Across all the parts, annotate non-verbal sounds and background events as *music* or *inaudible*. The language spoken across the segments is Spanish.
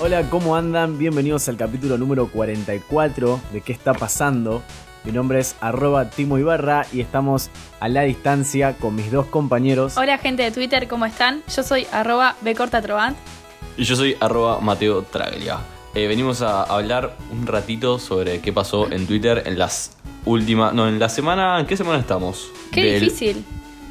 Hola, ¿cómo andan? Bienvenidos al capítulo número 44 de ¿Qué está pasando? Mi nombre es arroba Timo Ibarra y estamos a la distancia con mis dos compañeros. Hola gente de Twitter, ¿cómo están? Yo soy arroba bcortatrovant. Y yo soy arroba Mateo Traglia. Eh, venimos a hablar un ratito sobre qué pasó en Twitter en las últimas... No, en la semana... ¿En qué semana estamos? Qué Del- difícil.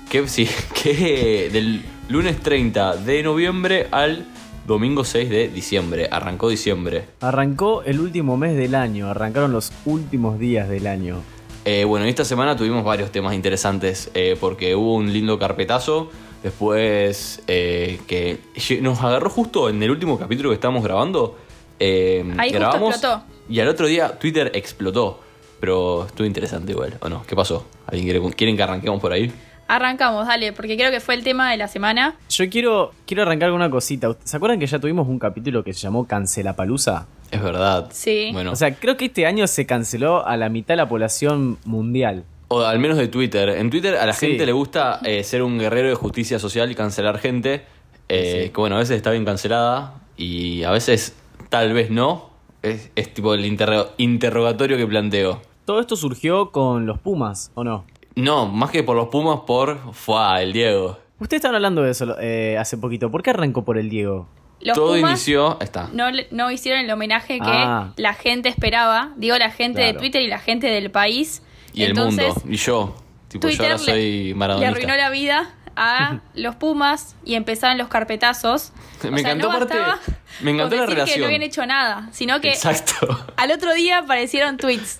Que, sí, *laughs* que del lunes 30 de noviembre al domingo 6 de diciembre. Arrancó diciembre. Arrancó el último mes del año, arrancaron los últimos días del año. Eh, bueno, y esta semana tuvimos varios temas interesantes eh, porque hubo un lindo carpetazo. Después eh, que lle- nos agarró justo en el último capítulo que estábamos grabando. eh, Ahí justo grabamos explotó. Y al otro día Twitter explotó. Pero estuvo interesante igual, ¿o no? ¿Qué pasó? ¿Alguien quiere, quieren que arranquemos por ahí? Arrancamos, dale, porque creo que fue el tema de la semana. Yo quiero, quiero arrancar con una cosita. ¿Se acuerdan que ya tuvimos un capítulo que se llamó Cancelapalooza? Es verdad. Sí. Bueno, O sea, creo que este año se canceló a la mitad de la población mundial. O al menos de Twitter. En Twitter a la Sí. gente le gusta eh, ser un guerrero de justicia social y cancelar gente. eh, Sí. Que bueno, a veces está bien cancelada y a veces tal vez no. Es, es tipo el interro- interrogatorio que planteo. Todo esto surgió con los Pumas, ¿o no? No, más que por los Pumas, por Fua, el Diego. Ustedes estaban hablando de eso eh, hace poquito. ¿Por qué arrancó por el Diego? Los Todo Pumas inició. Está. no, le- no hicieron el homenaje que Ah. la gente esperaba. Digo, la gente de Claro. Twitter y la gente del país. y Entonces, el mundo. Y yo. Tipo, yo Twitter ahora le- soy le arruinó maradonista. la vida *laughs* a los Pumas y empezaron los carpetazos. Me O sea, encantó no aparte- bastaba me encantó con la decir que relación. no habían hecho nada, sino que Exacto. al otro día aparecieron tweets.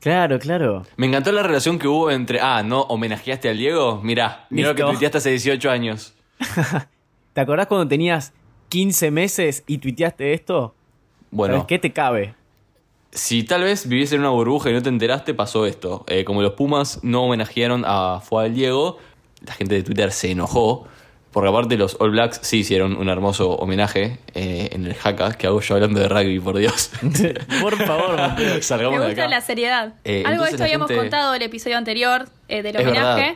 Claro, claro. Me encantó la relación que hubo entre. Ah, ¿no homenajeaste al Diego? Mirá, mirá lo que Listo. tuiteaste hace 18 años. ¿Te acordás cuando tenías 15 meses y tuiteaste esto? Bueno. ¿Sabes qué te cabe? Si tal vez viviese en una burbuja y no te enteraste, pasó esto. Eh, como los Pumas no homenajearon a Fuad Diego, la gente de Twitter se enojó. Porque aparte los All Blacks sí hicieron un hermoso homenaje eh, en el Haka, que hago yo hablando de rugby, por *laughs* Dios. Por *laughs* favor, Mateo. Salgamos Me de gusta acá. la seriedad. Eh, Algo de entonces esto la habíamos gente- contado el episodio anterior eh, del Es homenaje, verdad.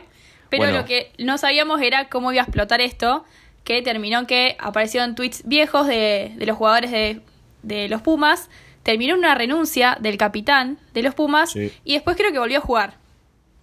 pero Bueno. lo que no sabíamos era cómo iba a explotar esto, que terminó en que aparecieron tweets viejos de, de los jugadores de, de los Pumas, terminó en una renuncia del capitán de los Pumas Sí. y después creo que volvió a jugar.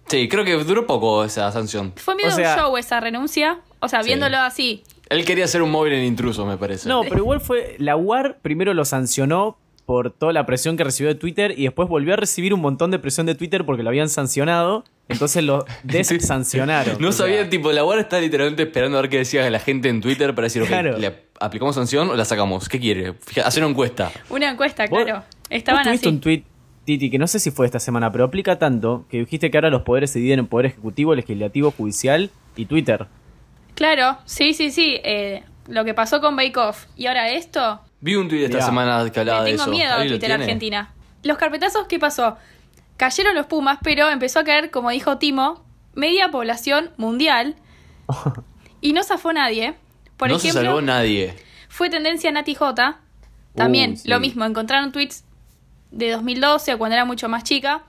Sí, creo que duró poco esa sanción. Fue medio O sea- un show esa renuncia, o sea, Sí. viéndolo así. Él quería hacer un móvil en intruso, me parece. No, pero igual fue. La UAR primero lo sancionó por toda la presión que recibió de Twitter y después volvió a recibir un montón de presión de Twitter porque lo habían sancionado. Entonces *laughs* lo desancionaron. No O sea, sabía, tipo, la UAR está literalmente esperando a ver qué decía la gente en Twitter para decir, ok, Claro. ¿le aplicamos sanción o la sacamos? ¿Qué quiere? Fija- Hacer una encuesta. Una encuesta, Vos- claro. Vos Estaban tuviste así. un tweet, Titi, que no sé si fue esta semana, pero aplica tanto que dijiste que ahora los poderes se dividen en poder ejecutivo, legislativo, judicial y Twitter. Claro, sí, sí, sí. eh, lo que pasó con Bake Off y ahora esto, Vi un tuit esta Mirá. semana que hablaba Le de tengo eso. miedo a ¿Alguien lo Twitter tiene? Argentina. Los carpetazos, ¿qué pasó? Cayeron los Pumas, pero empezó a caer, como dijo Timo, media población *laughs* mundial. y no zafó nadie. Por no ejemplo, se salvó nadie. fue tendencia Nati J. También, Uh, sí. lo mismo, encontraron tweets de 2012 o cuando era mucho más chica.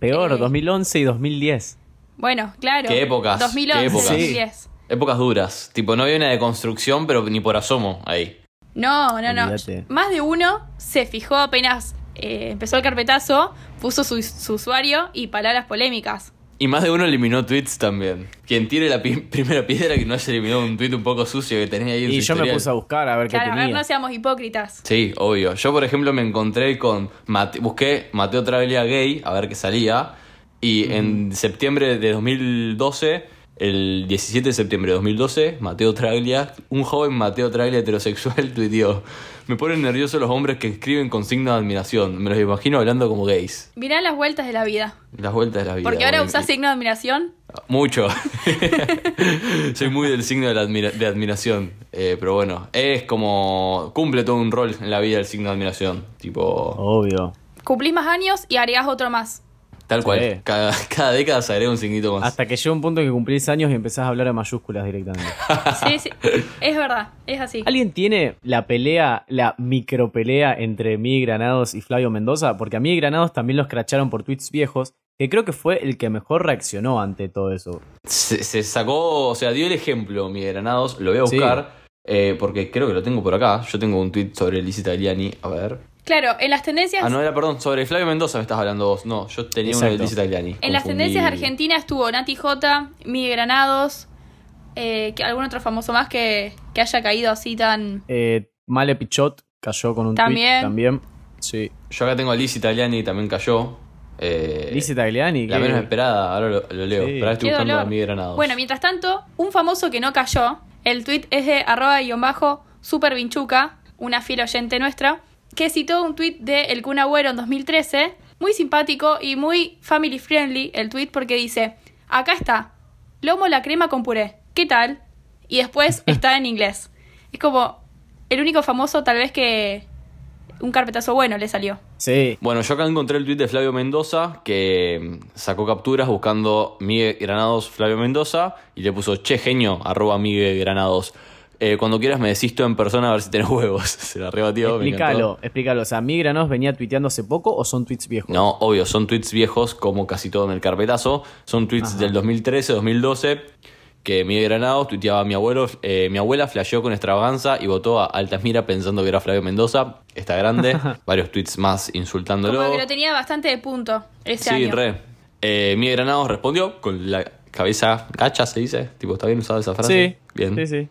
Peor, Eh. 2011 y 2010. Bueno, claro. Qué épocas, 2011, qué épocas. 2010. Épocas duras. Tipo, no había una deconstrucción, pero ni por asomo ahí. No, no, no. Olvídate. Más de uno se fijó apenas eh, empezó el carpetazo, puso su, su usuario y palabras polémicas. Y más de uno eliminó tweets también. Quien tire la pi- *laughs* primera piedra que no haya eliminado un tweet un poco sucio que tenía ahí en Y su yo me historial. puse a buscar a ver qué Claro, a ver, tenía. no seamos hipócritas. Sí, obvio. Yo, por ejemplo, me encontré con. Mate- busqué Mateo Traglia gay, a ver qué salía. Y en septiembre de 2012, el 17 de septiembre de 2012, Mateo Traglia, un joven Mateo Traglia heterosexual, *laughs* tuiteó: Me ponen nervioso los hombres que escriben con signo de admiración. Me los imagino hablando como gays. Mirá las vueltas de la vida. Las vueltas de la vida. Porque ahora boludo. usás signo de admiración. Mucho. *laughs* Soy muy del signo de, la admira- de admiración. Eh, pero Oh, bueno, es como. cumple todo un rol en la vida el signo de admiración. Tipo. Obvio. cumplís más años y agregás otro más. Tal cual. Sí. Cada, *laughs* cada década se agrega un signito más. Hasta que llega un punto en que cumplís años y empezás a hablar a mayúsculas directamente. Sí, sí. Es verdad, es así. ¿Alguien tiene la pelea, la micropelea entre Miguel Granados y Flavio Mendoza? Porque a Miguel Granados también los cracharon por tweets viejos, que creo que fue el que mejor reaccionó ante todo eso. Se, se sacó, o sea, dio el ejemplo, mi Granados, lo voy a Sí. buscar, eh, porque creo que lo tengo por acá. Yo tengo un tweet sobre Liz Italiani, a ver. Claro, en las tendencias. Ah, no, era, perdón, sobre Flavio Mendoza me estás hablando vos. No, yo tenía una de Exacto. Liz Italiani. En las Confundí. tendencias argentinas estuvo Nati J, Miguel Granados, eh, que- algún otro famoso más que, que haya caído así tan... Eh, Male Pichot cayó con un También. tweet también. Sí. Yo acá tengo a Liz Italiani, también cayó. Eh, Liz Tagliani. la que- menos esperada, ahora lo, lo leo. Sí. Pero ahora estoy Qué buscando a dolor. mi Granados. Bueno, mientras tanto, un famoso que no cayó, el tuit es de arroba guión bajo supervinchuca, una fiel oyente nuestra, que citó un tuit de El Kun Agüero en 2013, muy simpático y muy family friendly el tuit porque dice, acá está, lomo la crema con puré, ¿qué tal? Y *laughs* después está en inglés. Es como el único famoso tal vez que un carpetazo bueno le salió. Sí. Bueno, yo acá encontré el tweet de Flavio Mendoza que mm, sacó capturas buscando Miguel Granados Flavio Mendoza y le puso che genio, arroba Miguel Granados. Eh, cuando quieras me desisto en persona a ver si tenés *laughs* huevos. Se la rebatió. me encantó. Explícalo, explícalo. O sea, Miguel Granados venía tuiteando hace poco o son tweets viejos. No, obvio, son tweets viejos, como casi todo en el carpetazo. Son tweets del 2013, 2012, que Miguel Granados tuiteaba mi abuelo, eh, mi abuela flasheó con extravaganza y votó a Altamira pensando que era Flavio Mendoza. *laughs* Está grande. Varios tweets más insultándolo. Como que lo tenía bastante de punto ese sí, año. re. Eh, Miguel Granados respondió con la cabeza gacha, se dice. Tipo, ¿está bien usada esa Sí. frase? Bien. Sí, sí.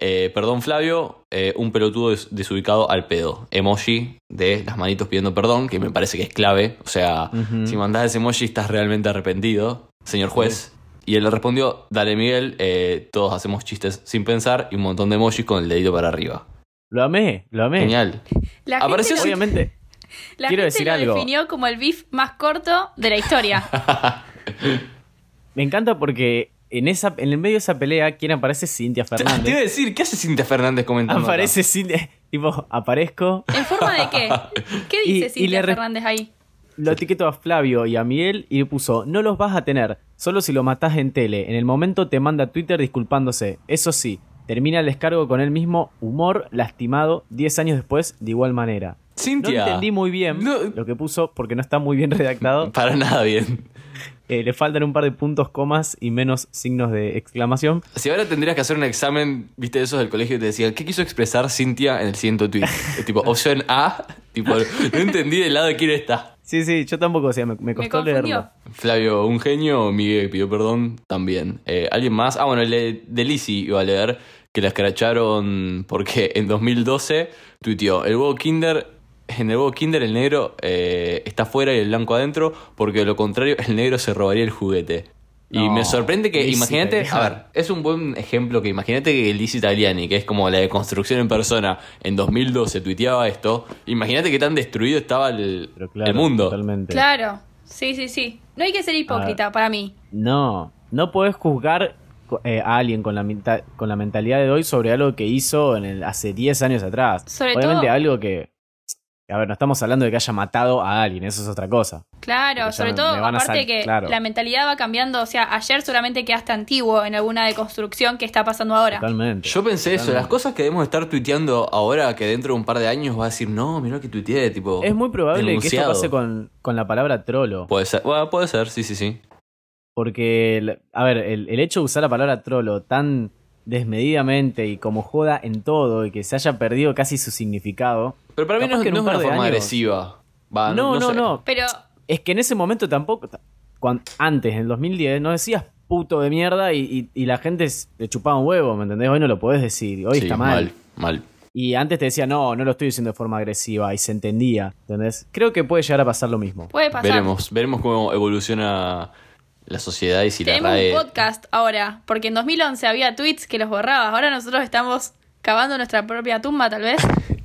Eh, perdón, Flavio, eh, un pelotudo des- desubicado al pedo. Emoji de las manitos pidiendo perdón, que me parece que es clave. O sea, Ujú. si mandás ese emoji estás realmente arrepentido, señor juez. Y él le respondió, dale Miguel, eh, todos hacemos chistes sin pensar y un montón de emojis con el dedito para arriba. Lo amé, lo amé. Genial. La gente Apareció lo- Obviamente. La Quiero gente decir lo algo. definió como el beef más corto de la historia. Me encanta porque en esa, en el medio de esa pelea, ¿quién aparece? Cintia Te te iba *laughs* a Fernández. decir, ¿qué hace Cintia Fernández comentando? acá? Aparece Cintia. Tipo, aparezco. ¿En forma de qué? ¿Qué Y- dice y Cintia le re- Fernández ahí? Lo etiquetó a Flavio y a Miguel y le puso, no los vas a tener, solo si lo matás en tele. En el momento te manda a Twitter disculpándose. Eso sí, termina el descargo con el mismo humor lastimado 10 años después de igual manera. No Cintia. entendí muy bien No- lo que puso porque no está muy bien *laughs* redactado. Para nada bien. Eh, le faltan un par de puntos, comas y menos signos de exclamación. Si ahora tendrías que hacer un examen, viste, de esos del colegio y te decían, ¿qué quiso expresar Cintia en el siguiente tweet? Eh, tipo, opción A, tipo, no entendí del lado de quién está. Sí, sí, yo tampoco, o sea, me, me Me costó leerlo. confundió. Flavio, un genio, Miguel pidió perdón también. Eh, ¿Alguien más? Ah, bueno, el de- de Lizzy iba a leer que la escracharon porque en 2012 tuiteó, el huevo Kinder, en el huevo Kinder el negro eh, está fuera y el blanco adentro, porque de lo contrario el negro se robaría el juguete. Y No, me sorprende que, Lizzy imagínate, a Tagliani. ver, es un buen ejemplo que imagínate que Lizzy Tagliani, que es como la de construcción en persona, en 2012 tuiteaba esto, imagínate que tan destruido estaba el, Pero claro, el mundo. Totalmente. Claro. Sí, sí, sí. No hay que ser Ah. hipócrita para mí. No, no podés juzgar co- eh, a alguien con la, menta- con la mentalidad de hoy sobre algo que hizo en el- hace 10 años atrás. Sobre Obviamente todo- algo que... A ver, no estamos hablando de que haya matado a alguien, eso es otra cosa. Porque Claro, ya sobre me todo, van a aparte sal- que claro. la mentalidad va cambiando. O sea, ayer seguramente quedaste antiguo en alguna deconstrucción que está pasando ahora. Totalmente. Yo pensé eso, Totalmente. las cosas que debemos estar tuiteando ahora que dentro de un par de años va a decir, no, mirá que tuiteé, tipo. Es muy probable que esto denunciado". pase con, con la palabra trolo. Puede ser, bueno, puede ser, sí, sí, sí. Porque, el- a ver, el, el hecho de usar la palabra trolo tan desmedidamente y como joda en todo y que se haya perdido casi su significado, Pero para mí Capaz no, que en no un es par una de forma años. agresiva. Va, no, no, Ah, sé. no. Pero Es que en ese momento tampoco. cuan- antes, en el 2010, no decías puto de mierda y, y- y la gente s- le chupaba un huevo, ¿me entendés? Hoy no lo podés decir, hoy Sí, está mal. mal. Y antes te decía, no, no lo estoy diciendo de forma agresiva y se entendía, ¿entendés? Creo que puede llegar a pasar lo mismo. puede pasar. Veremos, veremos cómo evoluciona la sociedad y si la Tenemos RAE. un podcast ahora, porque en 2011 había tweets que los borrabas. Ahora nosotros estamos cavando nuestra propia tumba, tal vez.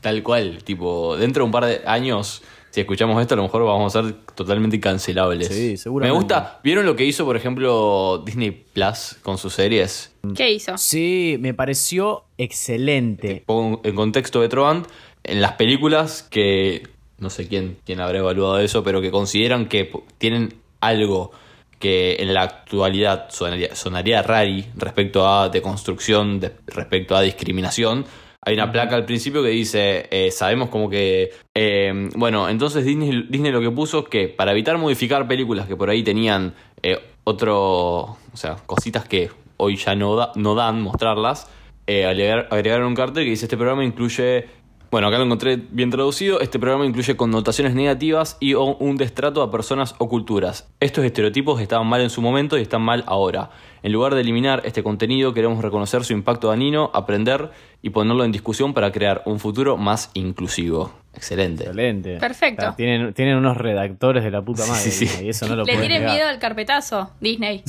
Tal cual, tipo, dentro de un par de años, si escuchamos esto, a lo mejor vamos a ser totalmente cancelables. Sí, seguramente. Me gusta, ¿vieron lo que hizo, por ejemplo, Disney Plus con sus series? Mm. ¿Qué hizo? Sí, me pareció excelente. Eh, Pongo en contexto de Troant, en las películas que no sé quién, quién habrá evaluado eso, pero que consideran que po- tienen algo que en la actualidad sonaría, sonaría rari respecto a deconstrucción, de- respecto a discriminación. Hay una placa al principio que dice, eh, sabemos como que... eh, bueno, entonces Disney, Disney lo que puso es que para evitar modificar películas que por ahí tenían eh, otro... O sea, cositas que hoy ya no, da- no dan mostrarlas, eh, agregar- agregaron un cartel que dice, este programa incluye bueno, acá lo encontré bien traducido. Este programa incluye connotaciones negativas y o un destrato a personas o culturas. Estos estereotipos estaban mal en su momento y están mal ahora. En lugar de eliminar este contenido, queremos reconocer su impacto dañino, aprender y ponerlo en discusión para crear un futuro más inclusivo. Excelente. Excelente. Perfecto. O sea, tienen, tienen unos redactores de la puta Sí, madre. sí, sí. Y eso no lo Le pueden tienen negar. *laughs* miedo al carpetazo, Disney.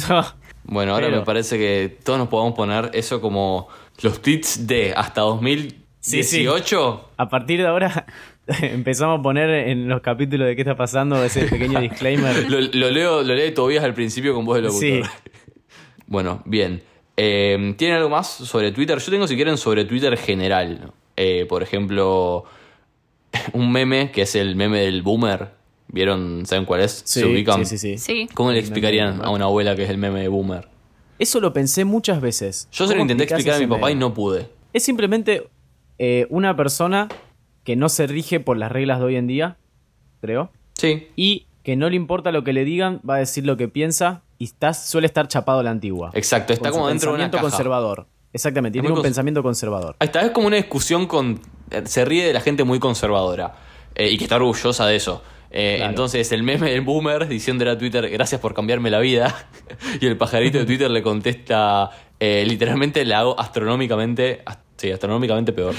Bueno, ahora Pero- me parece que todos nos podemos poner eso como los tweets de hasta 2018. A partir de ahora *laughs* empezamos a poner en los capítulos de qué está pasando ese *laughs* pequeño disclaimer. Lo, lo leo, lo lee Tobías al principio con voz de Sí. locutor. Bueno, bien. Eh, ¿Tienen algo más sobre Twitter? Yo tengo, si quieren, sobre Twitter general. Eh, por ejemplo, *laughs* un meme que es el meme del boomer. ¿Vieron? ¿Saben cuál es? Sí, ¿Se ubican? sí, sí, sí. Sí. ¿Cómo le El meme del explicarían boomer. a una abuela que es el meme de boomer? Eso lo pensé muchas veces. Yo se lo ¿Cómo intenté explicás explicar a mi ese papá y meme? no pude. Es simplemente eh, una persona que no se rige por las reglas de hoy en día, creo, Sí. y que no le importa lo que le digan, va a decir lo que piensa y está- suele estar chapado a la antigua. Exacto, está Con su como dentro de una pensamiento caja. conservador. Exactamente, Es tiene muy un cons- pensamiento conservador. Esta es como una discusión con. eh, Se ríe de la gente muy conservadora eh, y que está orgullosa de eso. Eh, Claro. Entonces, el meme del boomer diciéndole a Twitter, gracias por cambiarme la vida. *laughs* y el pajarito de Twitter le contesta, eh, literalmente la hago astronómicamente. ast- sí, astronómicamente peor.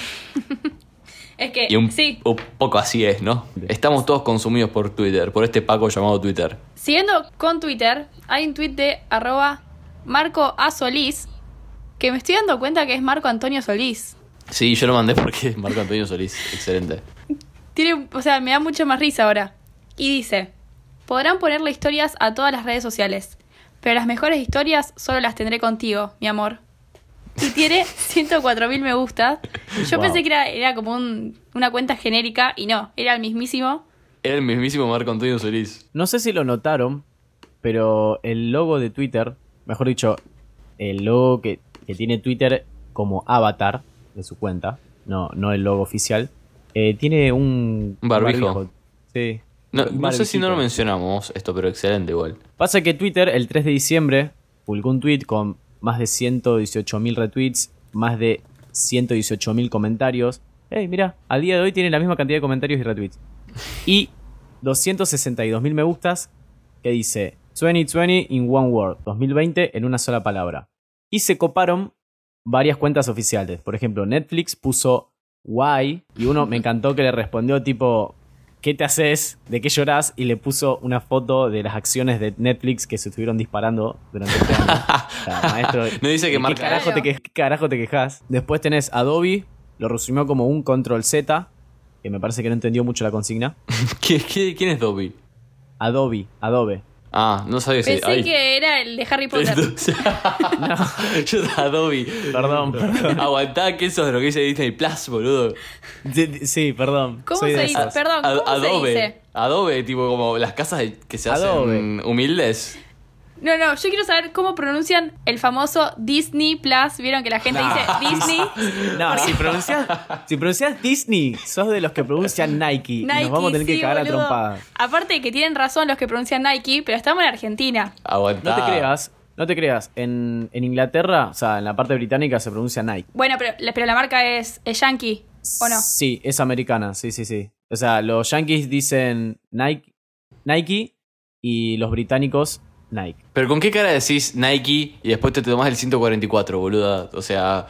Es que, Y un, Eh, sí. un poco así es, ¿no? Estamos todos consumidos por Twitter, por este Paco llamado Twitter. Siguiendo con Twitter, hay un tweet de arroba Marco A. Solís, que me estoy dando cuenta que es Marco Antonio Solís. Sí, yo lo mandé porque *laughs* es Marco Antonio Solís, excelente. Tiene, o sea, me da mucha más risa ahora. Y dice, podrán ponerle historias a todas las redes sociales, pero las mejores historias solo las tendré contigo, mi amor. Y tiene 104.000 me gusta. Yo Wow. pensé que era, era como un- una cuenta genérica y no, era el mismísimo. Era el mismísimo Marco Antonio Solís. No sé si lo notaron, pero el logo de Twitter, mejor dicho, el logo que, que tiene Twitter como avatar de su cuenta, no, no el logo oficial, eh, tiene un Un barbijo. Sí. No, un no sé si no lo barbijito. mencionamos esto, pero excelente igual. Pasa que Twitter el 3 de diciembre publicó un tweet con más de 118.000 retweets, más de 118.000 comentarios. Hey, mira, al día de hoy tiene la misma cantidad de comentarios y retweets. Y 262.000 me gustas que dice 2020 in one word, 2020 en una sola palabra. Y se coparon varias cuentas oficiales. Por ejemplo, Netflix puso why y uno me encantó que le respondió tipo ¿Qué te haces? ¿De qué llorás? Y le puso una foto de las acciones de Netflix que se estuvieron disparando durante este *laughs* año. O sea, maestro, No dice que ¿de marca. qué carajo, te, que- qué carajo te quejas? Después tenés Adobe, lo resumió como un control Z, que me parece que no entendió mucho la consigna. ¿Qui- qui- ¿Quién es Dobby? Adobe, Adobe. Ah, no sabía si. Pensé ay. que era el de *laughs* Harry Potter. *laughs* Entonces- Yo a Dobby. Perdón, perdón. Aguantá que eso es lo que dice Disney Plus, boludo. De- de- Sí, perdón. ¿Cómo soy se de dice? esos. Perdón, ¿cómo se Adobe. dice? Adobe, tipo como las casas de- que se hacen Adobe. humildes. No, no, yo quiero saber cómo pronuncian el famoso Disney Plus. Vieron que la gente dice Disney. No, si pronuncias, si pronuncias Disney, sos de los que pronuncian Nike. *laughs* y Nike, nos vamos a tener que sí, cagar boludo. a trompada. Aparte de que tienen razón los que pronuncian Nike, pero estamos en Argentina. Aguantá. No te creas, no te creas. En, en Inglaterra, o sea, en la parte británica se pronuncia Nike. Bueno, pero, la- pero la marca es, es Yankee, ¿o no? Sí, es americana, sí, sí, sí. O sea, los yankees dicen Nike, Nike y los británicos Nike. Pero con qué cara decís Nike y después te tomás el 144, boluda. O sea.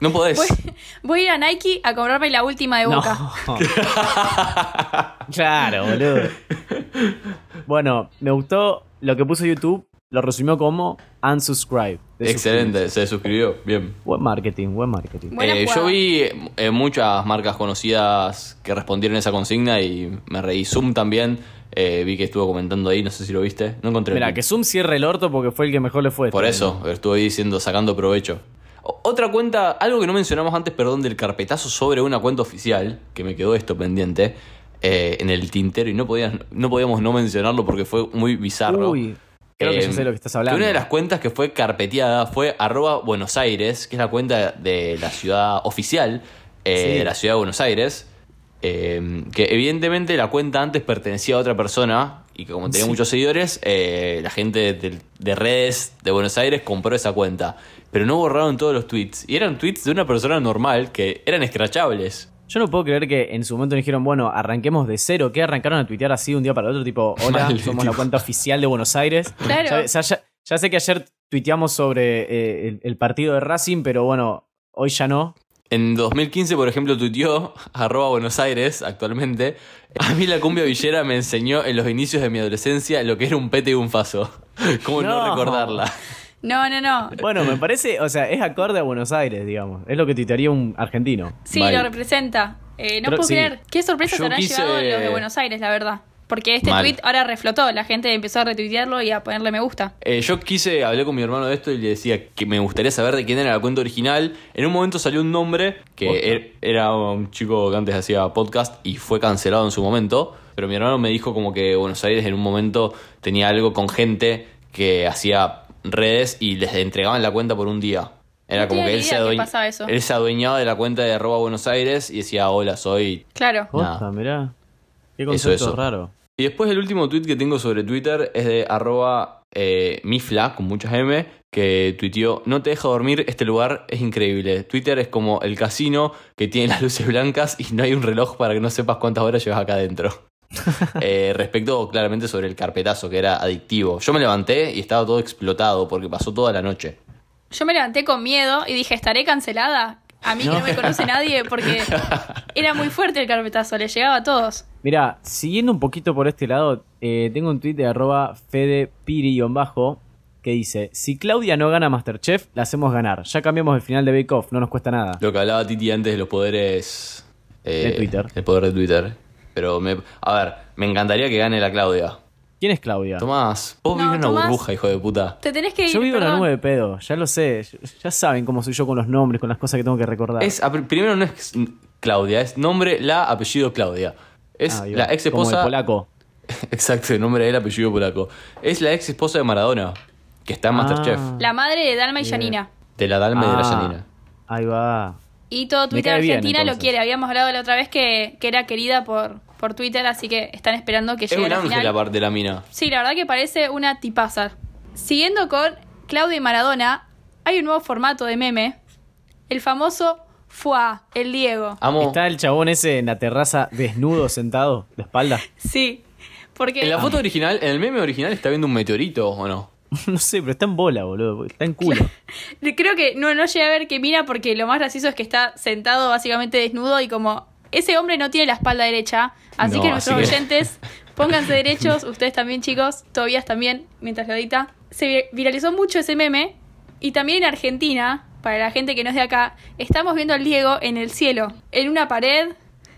No podés. Voy, *laughs* voy a ir a Nike a comprarme la última de Boca. No. *laughs* claro, boludo. Bueno, me gustó lo que puso YouTube, lo resumió como unsubscribe. Desuscribirse. Excelente, se suscribió. Bien. Buen marketing, buen marketing. Buena Eh, yo jugada. vi eh, muchas marcas conocidas que respondieron esa consigna y me reí. Zoom también, eh, vi que estuvo comentando ahí, no sé si lo viste. No encontré. el Mira, link. que Zoom cierre el orto porque fue el que mejor le fue. Por eso, estuve ahí diciendo, sacando provecho. O- Otra cuenta, algo que no mencionamos antes, perdón, del carpetazo sobre una cuenta oficial, que me quedó esto pendiente, eh, en el tintero y no, podías, no podíamos no mencionarlo porque fue muy bizarro. Uy, creo que Eh, yo sé de lo que estás hablando. Una de las cuentas que fue carpeteada fue arroba Buenos Aires, que es la cuenta de la ciudad oficial eh, Sí. de la ciudad de Buenos Aires. eh, que evidentemente la cuenta antes pertenecía a otra persona y que como tenía Sí. muchos seguidores, eh, la gente de, de redes de Buenos Aires compró esa cuenta. Pero no borraron todos los tweets. Y eran tweets de una persona normal que eran escrachables. Yo no puedo creer que en su momento dijeron, bueno, arranquemos de cero, que arrancaron a tuitear así de un día para el otro, tipo, hola, Mal, somos tipo. la cuenta oficial de Buenos Aires. Claro. Ya- o sea, ya, ya sé que ayer tuiteamos sobre eh, el, el partido de Racing, pero bueno, hoy ya no. En 2015, por ejemplo, tuiteó, *laughs* arroba Buenos Aires, actualmente, a mí la cumbia villera me enseñó en los inicios de mi adolescencia lo que era un pete y un faso. *laughs* ¿Cómo no, No. recordarla? No, no, no. Bueno, me parece, o sea, es acorde a Buenos Aires, digamos. Es lo que tuitearía un argentino. Sí, Mal. lo representa. Eh, no Pero puedo sí. creer. Qué sorpresas Yo habrán quise- llevado los de Buenos Aires, la verdad. Porque este Mal. tweet ahora reflotó. La gente empezó a retuitearlo y a ponerle me gusta. Eh, yo quise, hablé con mi hermano de esto y le decía que me gustaría saber de quién era la cuenta original. En un momento salió un nombre que er- era un chico que antes hacía podcast y fue cancelado en su momento. Pero mi hermano me dijo como que Buenos Aires en un momento tenía algo con gente que hacía redes y les entregaban la cuenta por un día. Era No como tenía que ni él se, idea que adue- pasaba eso. él se adueñaba de la cuenta de arroba Buenos Aires y decía hola soy Claro. Nah. Posta, mirá. Qué Eso, concepto eso. raro. Y después el último tweet que tengo sobre Twitter es de arroba eh, mifla, con muchas M, que tuiteó, no te deja dormir, este lugar es increíble. Twitter es como el casino que tiene las luces blancas y no hay un reloj para que no sepas cuántas horas llevas *laughs* acá adentro. Eh, respecto claramente sobre el carpetazo que era adictivo. Yo me levanté y estaba todo explotado porque pasó toda la noche. Yo me levanté con miedo y dije, ¿estaré cancelada? A mí que no me conoce nadie *laughs* porque era muy fuerte el carpetazo, le llegaba a todos. Mira, siguiendo un poquito por este lado, eh, tengo un tweet de arroba fedepiri-bajo que dice, si Claudia no gana Masterchef, la hacemos ganar. Ya cambiamos el final de Bake Off, no nos cuesta nada. Lo que hablaba Titi antes de los poderes... eh, De Twitter. El poder de Twitter. Pero, me, a ver, me encantaría que gane la Claudia. ¿Quién es Claudia? Tomás, vos No, vivís en una Tomás. burbuja, hijo de puta. Te tenés que ir. Yo vivo en la perdón. nube, pedo, ya lo sé. Ya saben cómo soy yo con los nombres, con las cosas que tengo que recordar. Es, a- primero no es Claudia, es nombre, la, apellido Claudia. Es Ah, digo, la ex Como de esposa. polaco. *laughs* Exacto, el nombre, el apellido polaco. Es la ex esposa de Maradona, que está en Ah. Masterchef. La madre de Dalma y Eh, Janina. De la Dalma y de la Ah, Janina. Ahí va. Y todo Twitter cae bien, Argentina lo entonces. quiere. Habíamos hablado la otra vez que, que era querida por, por Twitter, así que están esperando que Es llegue un a la ángel final. aparte de la mina. Sí, la verdad que parece una tipaza. Siguiendo con Claudia y Maradona, hay un nuevo formato de meme. El famoso FUA, el Diego. Amo. Está el chabón ese en la terraza desnudo, sentado, de espalda. *laughs* Sí. Porque En la foto original, en el meme original está viendo un meteorito, *laughs* ¿o no? *laughs* No sé, pero está en bola, boludo. Está en culo. Creo que no, no llegué a ver que mira porque lo más gracioso es que está sentado básicamente desnudo y como ese hombre no tiene la espalda derecha. Así No, que nuestros así que- oyentes, *laughs* pónganse derechos, ustedes también chicos, Tobías también, mientras lo edita. Se vi- viralizó mucho ese meme y también en Argentina, para la gente que no es de acá, estamos viendo al Diego en el cielo, en una pared,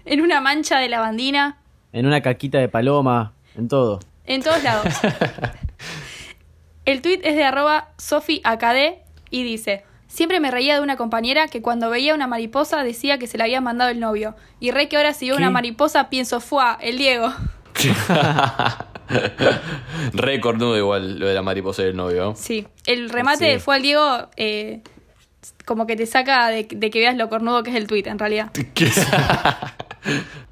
en una mancha de lavandina, En una caquita de paloma, en todo. en todos lados. El tweet es de arroba sofiacad y dice, siempre me reía de una compañera que cuando veía una mariposa decía que se la había mandado el novio. Y re que ahora si veo ¿Qué? una mariposa pienso, fue el Diego. *laughs* Récord nudo igual lo de la mariposa y el novio. Sí, el remate de fue al Diego eh, como que te saca de, de que veas lo cornudo que es el tweet en realidad.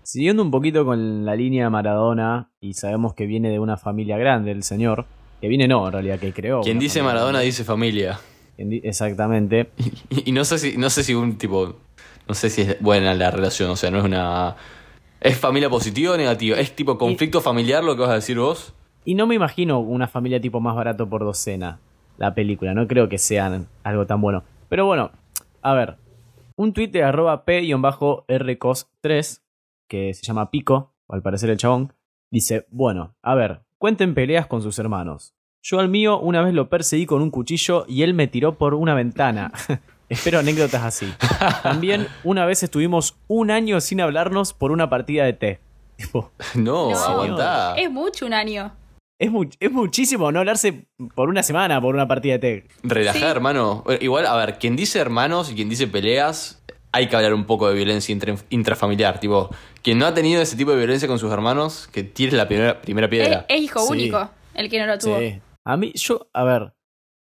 Siguiendo un poquito con la línea Maradona, y sabemos que viene de una familia grande el señor, que viene no, en realidad, que creó. Quien una dice familia Maradona grande. dice familia. Quien di- Exactamente. Y, y no sé si, no sé si un tipo. No sé si es buena la relación, o sea, no es una. ¿Es familia positiva o negativa? ¿Es tipo conflicto familiar lo que vas a decir vos? *laughs* Y no me imagino una familia tipo más barato por docena, la película. No creo que sean algo tan bueno. Pero bueno, a ver. Un tuit de arroba p-rcos3, que se llama Pico, al parecer el chabón, dice, bueno, a ver, cuenten peleas con sus hermanos. Yo al mío una vez lo perseguí con un cuchillo y él me tiró por una ventana. *laughs* Espero anécdotas así. También una vez estuvimos un año sin hablarnos por una partida de té. Tipo, No, No. aguantá. Es mucho un año. es, mu- es muchísimo no hablarse por una semana, por una partida de tech. Relajá, sí. hermano. Bueno, Igual, a ver, quien dice hermanos y quien dice peleas hay que hablar un poco de violencia intra- intrafamiliar. Tipo, quien no ha tenido ese tipo de violencia con sus hermanos, que tire la primera, primera Es, piedra. es hijo Sí. único el que no lo tuvo. Sí. A mí, yo, a ver.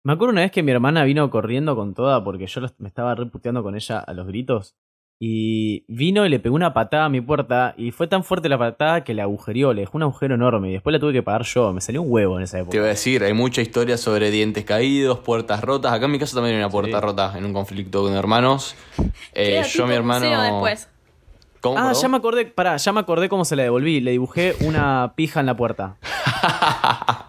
Me acuerdo una vez que mi hermana vino corriendo con toda porque yo los- me estaba reputeando con ella a los gritos. Y vino y le pegó una patada a mi puerta. Y fue tan fuerte la patada que la agujerió, le dejó un agujero enorme. Y después la tuve que pagar yo. Me salió un huevo en esa Te iba época. a decir, hay mucha historia sobre dientes caídos, puertas rotas. Acá en mi casa también hay una puerta Sí. rota en un conflicto con hermanos. Eh, Queda yo, tipo museo mi hermano. después. ¿Cómo, Ah, perdón? ya me acordé, pará, ya me acordé cómo se la devolví. Le dibujé una pija en la puerta.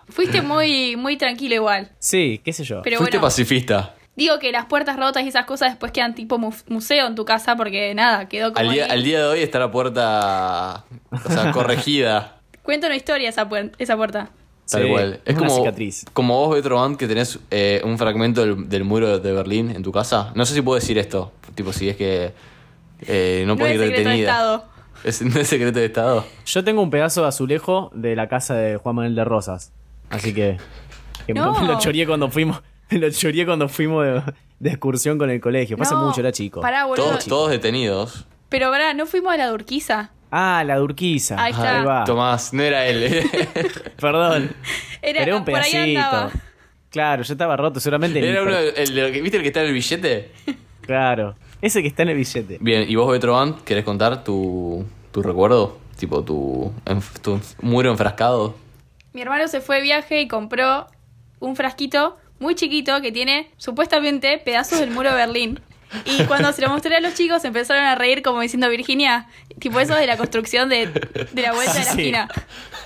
Fuiste muy, muy tranquilo igual. Sí, qué sé yo. Pero Fuiste bueno, pacifista. digo que las puertas rotas y esas cosas después quedan tipo mu- museo en tu casa porque nada, quedó como. Al día, ahí. al día de hoy está la puerta. *laughs* O sea, corregida. Cuenta una historia esa, puer- esa puerta. Tal Sí, cual. Es una como, cicatriz. como vos, Betro Band, que tenés eh, un fragmento del, del muro de Berlín en tu casa. No sé si puedo decir esto. Tipo, si es que eh, no No, puedes es ir secreto de detenida. Estado. Es, no es secreto de Estado. Yo tengo un pedazo de azulejo de la casa de Juan Manuel de Rosas. Así que. que No. me lo choreé cuando fuimos. *laughs* me Lo choreé cuando fuimos de, de excursión con el colegio. Pasa No, mucho, era chico. Pará, boludo. Todos, todos detenidos. Pero pará, no fuimos a la Durquiza. Ah, la Durquiza. Ahí está. Ahí va. Tomás, no era él. eh. Perdón. Era, Pero era un por ahí andaba. pedacito. Claro, yo estaba roto, seguramente. *laughs* era ni- uno de- el de lo que- ¿Viste el que está en el billete? Claro. Ese que está en el billete. Bien, ¿y vos, Betro Band, querés contar tu, tu recuerdo? Tipo, tu, enf- tu muro enfrascado. Mi hermano se fue de viaje y compró un frasquito muy chiquito que tiene supuestamente pedazos del muro de Berlín. Y cuando se lo mostré a los chicos empezaron a reír como diciendo Virginia, tipo eso de la construcción de, de la vuelta de la Sí. esquina.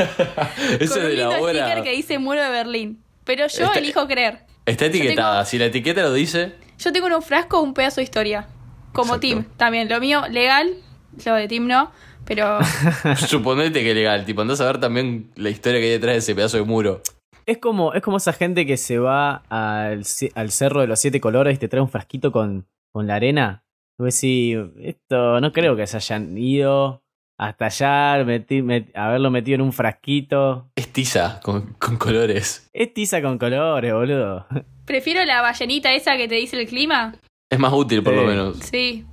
Eso Con es un de la lindo hora. sticker que dice muro de Berlín. Pero yo Este- elijo creer. Está tengo- etiquetada. Si la etiqueta *laughs* lo dice, Yo tengo en un frasco un pedazo de historia. Como Exacto. Tim, también. Lo mío legal, lo de Tim no, *laughs* pero Suponete que legal, tipo, andás a ver también la historia que hay detrás de ese pedazo de muro. Es como, es como esa gente que se va al, ce- al cerro de los siete colores y te trae un frasquito con, con la arena. Tú decís, esto no creo que se hayan ido hasta allá, metí- met- haberlo metido en un frasquito. Es tiza, con, con colores. Es tiza con colores, boludo. prefiero la ballenita esa que te dice el clima. Es más útil, por Sí. lo menos. Sí.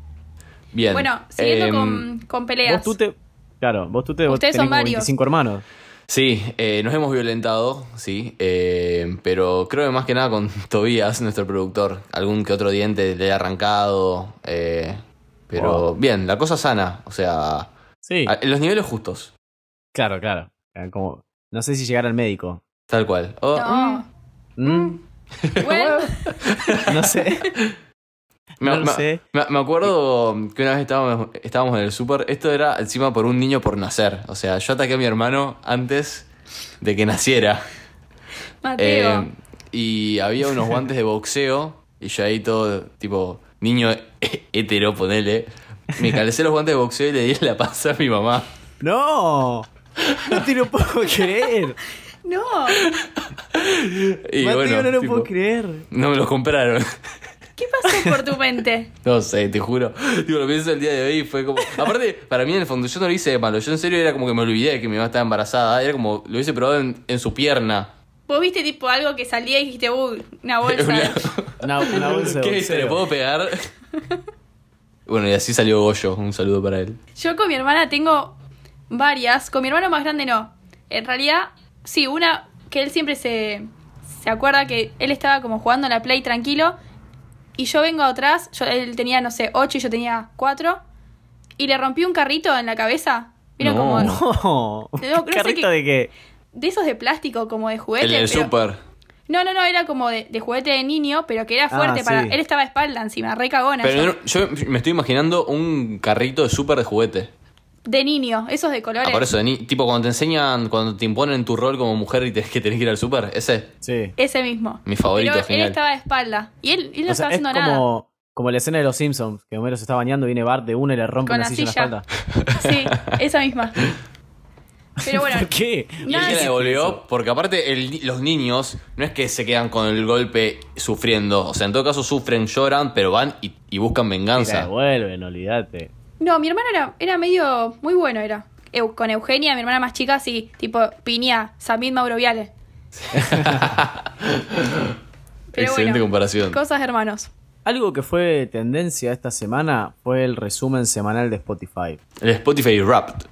Bien. Bueno, siguiendo em, con, con Vos peleas. tú te. Claro, vos tú te vos Ustedes tenés son como varios. 25 hermanos. Sí, eh, nos hemos violentado, sí. eh, pero creo que más que nada con *laughs* Tobías, nuestro productor. Algún que otro diente le he arrancado. eh, pero Wow. bien, la cosa sana. O sea, Sí. a- en los niveles justos. Claro, claro. Eh, Como, no sé si llegar al médico. Tal cual. Oh, No. Mm, Bueno, *laughs* *laughs* no sé. Me, No lo me- sé. me- me acuerdo que una vez estábamos, estábamos en el súper. Esto era encima por un niño por nacer. O sea, yo ataqué a mi hermano antes de que naciera. Ah, Mateo. Eh, y había unos guantes de boxeo. Y yo ahí todo, tipo, niño *laughs* hetero, ponele. Me calcé los guantes de boxeo y le di la panza a mi mamá. ¡No! No te lo puedo *laughs* creer. No. Y Mateo, bueno, no lo tipo, puedo creer. no me los compraron. ¿Qué pasó por tu mente? No sé, te juro. *laughs* Tipo, lo pienso el día de hoy y fue como. Aparte, para mí en el fondo, yo no lo hice de malo. Yo en serio era como que me olvidé de que mi mamá estaba embarazada. Era como, lo hubiese probado en, en su pierna. Vos viste tipo algo que salía y dijiste, uy, *laughs* una bolsa. Una, una bolsa de ¿Qué boxeo. viste? ¿Le puedo pegar? bueno, y así salió Goyo. Un saludo para él. Yo con mi hermana tengo varias. Con mi hermano más grande no. En realidad, sí, una que él siempre se, se acuerda que él estaba como jugando a la Play tranquilo. Y yo vengo atrás, yo, él tenía, no sé, ocho y yo tenía cuatro. Y le rompí un carrito en la cabeza. Vieron No. como... *laughs* *laughs* No. No, no sé ¿Carrito qué- de qué? De esos de plástico, como de juguete. El del pero- súper. No, no, no, era como de, de juguete de niño, pero que era Ah, fuerte para. sí. Él estaba a espalda encima, re cagona. Pero yo. no- yo me estoy imaginando un carrito de súper de juguete. De niño, esos de colores. Ah, por eso, de ni- tipo cuando te enseñan, cuando te imponen tu rol como mujer y te, que tenés que ir al súper, ese. Sí. Ese mismo. Mi favorito, Pero genial. él estaba a espalda. Y él, él no O sea, estaba es haciendo nada. como, como la escena de los Simpsons, que Homero se está bañando, viene Bart de uno y le rompe Con una la silla, en la silla. espalda. *laughs* Sí, esa misma. Pero bueno, ¿Por qué? Y él Nada, se la sí, devolvió porque aparte el ni- los niños no es que se quedan con el golpe sufriendo, o sea, en todo caso sufren, lloran, pero van y, y buscan Y la venganza. devuelven, olvídate. no, mi hermano era, era medio. Muy bueno, era. Eu- con Eugenia, mi hermana más chica, sí. Tipo, Piña, Samid Mauro *laughs* Viale. Pero Excelente bueno, comparación. Cosas de hermanos. Algo que fue tendencia esta semana fue el resumen semanal de Spotify, El Spotify Wrapped.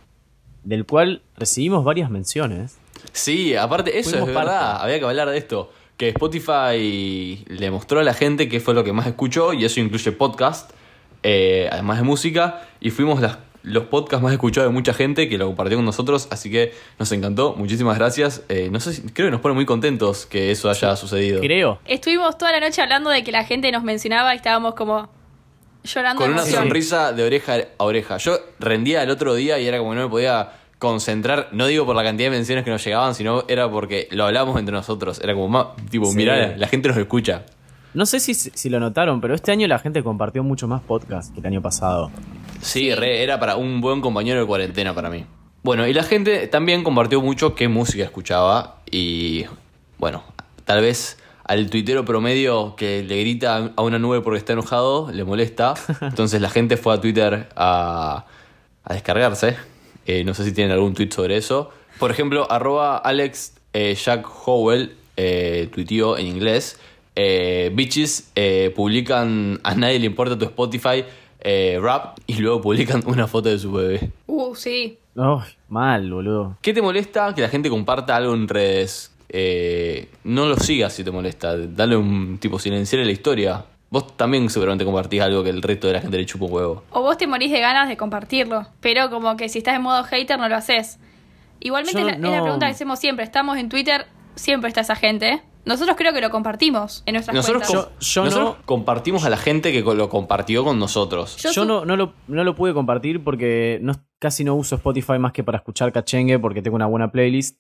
del cual recibimos varias menciones. Sí, aparte, eso Fuimos es parte. verdad. Había que hablar de esto. Que Spotify le mostró a la gente qué fue lo que más escuchó, y eso incluye podcast, eh, además de música. Y fuimos las- los podcasts más escuchados de mucha gente que lo compartió con nosotros. Así que nos encantó. Muchísimas gracias. Eh, no sé si- creo que nos pone muy contentos que eso haya sucedido. Creo. Estuvimos toda la noche hablando de que la gente nos mencionaba y estábamos como llorando Con de una emoción. sonrisa de oreja a oreja. Yo rendía el otro día y era como que no me podía concentrar, no digo por la cantidad de menciones que nos llegaban, sino era porque lo hablábamos entre nosotros. Era como, ma- tipo, Sí. mirá, la gente nos escucha. No sé si, si lo notaron, pero este año la gente compartió mucho más podcast que el año pasado. Sí, re, era para un buen compañero de cuarentena para mí. Bueno, y la gente también compartió mucho qué música escuchaba y, bueno, tal vez al tuitero promedio que le grita a una nube porque está enojado, le *laughs* molesta. Entonces la gente fue a Twitter a, a descargarse. Eh, no sé si tienen algún tweet sobre eso. Por ejemplo, arroba Alex eh, Jack Howell eh, tuiteó en inglés. eh, bitches eh, publican a nadie le importa tu Spotify eh, rap y luego publican una foto de su bebé. Uh, sí. Ay, mal, boludo. ¿Qué te molesta que la gente comparta algo en redes? Eh, no lo sigas si te molesta. Dale un tipo silenciar la historia. Vos también seguramente compartís algo que el resto de la gente le chupa un huevo. O vos te morís de ganas de compartirlo. Pero como que si estás en modo hater no lo haces. Igualmente Yo es la- no- es la pregunta que hacemos siempre. Estamos en Twitter, siempre está esa gente. Nosotros creo que lo compartimos en nuestras Nosotros, cuentas. com- Yo- yo nosotros no- compartimos a la gente que co- lo compartió con nosotros. Yo Yo, su- no, no, lo, no lo pude compartir porque no, casi no uso Spotify más que para escuchar cachengue porque tengo una buena playlist,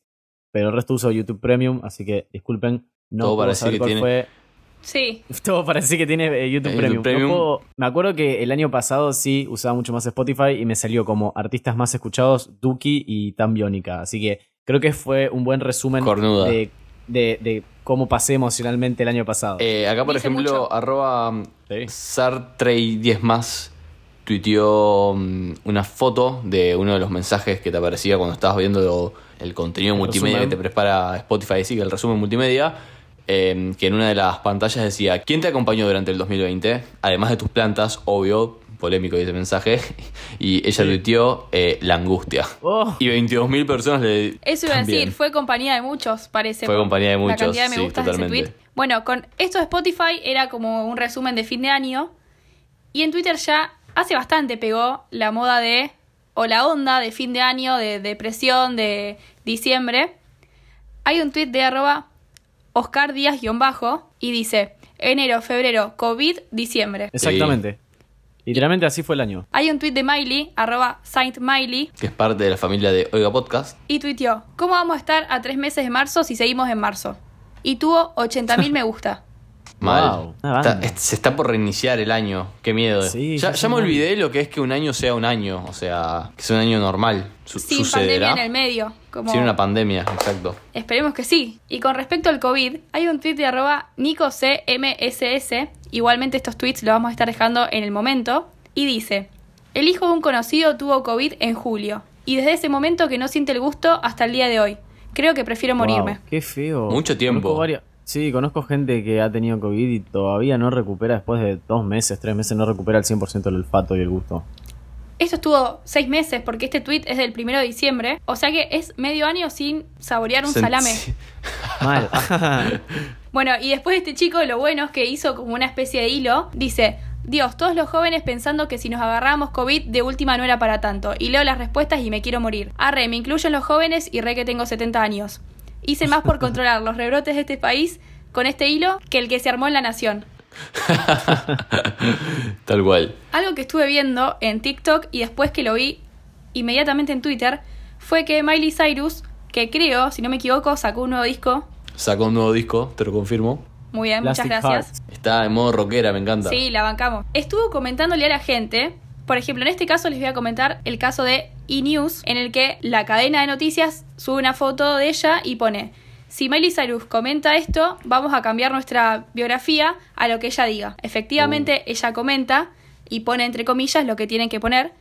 pero el resto uso YouTube Premium, así que disculpen, no Todo puedo para saber decir que cuál tiene- fue. *laughs* Sí. Todo para decir que tiene eh, YouTube Eh, YouTube Premium. No Premium. puedo- me acuerdo que el año pasado sí usaba mucho más Spotify y me salió como artistas más escuchados Duki y Tan Biónica, así que creo que fue un buen resumen Cornuda. de, de- de cómo pasé emocionalmente el año pasado. Eh, acá, por Dice ejemplo, mucho. arroba mm, Sí. Sartre y 10 más tuiteó mm, una foto de uno de los mensajes que te aparecía cuando estabas viendo lo- el contenido El multimedia resumen. que te prepara Spotify, sí, que el resumen multimedia, eh, que en una de las pantallas decía, ¿quién te acompañó durante el 2020? Además de tus plantas, obvio, polémico ese mensaje, *laughs* y ella tuiteó eh, la angustia. Oh. Y 22.000 personas le... Eso iba a decir, también. fue compañía de muchos, parece. Fue por compañía de la muchos, cantidad de me sí, gustas de ese totalmente. tweet. Bueno, con esto de Spotify era como un resumen de fin de año. Y en Twitter ya hace bastante pegó la moda de. o la onda de fin de año, de depresión, de diciembre. Hay un tweet de arroba Oscar Díaz-bajo y dice: enero, febrero, COVID, diciembre. Exactamente. Literalmente así fue el año. Hay un tweet de Miley, arroba Saint Miley, que es parte de la familia de Oiga Podcast. y tuiteó, ¿cómo vamos a estar a tres meses de marzo si seguimos en marzo? Y tuvo 80.000 me *laughs* gusta. Mal. Wow, una Está- banda. es- se está por reiniciar el año. Qué miedo. Sí, ya ya ya me es un olvidé lo que es que un año sea un año. O sea, que sea un año normal. Su- Sin sucederá. pandemia en el medio. Como... Sin una pandemia, exacto. Esperemos que sí. Y con respecto al COVID, hay un tweet de arroba NicoCMSS. Igualmente estos tweets los vamos a estar dejando en el momento. Y dice, el hijo de un conocido tuvo COVID en julio. Y desde ese momento que no siente el gusto hasta el día de hoy. Creo que prefiero morirme. Wow, qué feo. Mucho tiempo. Conozco varias- Sí, conozco gente que ha tenido COVID y todavía no recupera después de dos meses, tres meses, no recupera el 100% el olfato y el gusto. Esto estuvo seis meses porque este tweet es del primero de diciembre. O sea que es medio año sin saborear un Sen- salame. Mal. Bueno, y después este chico, lo bueno es que hizo como una especie de hilo. Dice, Dios, todos los jóvenes pensando que si nos agarramos COVID de última no era para tanto. Y leo las respuestas y me quiero morir. Arre, me incluyo en los jóvenes y re que tengo 70 años. Hice más *laughs* por controlar los rebrotes de este país con este hilo que el que se armó en la nación. *laughs* Tal cual. Algo que estuve viendo en TikTok y después que lo vi inmediatamente en Twitter fue que Miley Cyrus, que creo, si no me equivoco, sacó un nuevo disco. Sacó un nuevo disco, te lo confirmo. Muy bien, muchas Plastic gracias. Hearts. Está en modo rockera, me encanta. Sí, la bancamos. Estuvo comentándole a la gente, por ejemplo, en este caso les voy a comentar el caso de E-News, en el que la cadena de noticias sube una foto de ella y pone, si Miley Cyrus comenta esto, vamos a cambiar nuestra biografía a lo que ella diga. Efectivamente, Uh. ella comenta y pone entre comillas lo que tienen que poner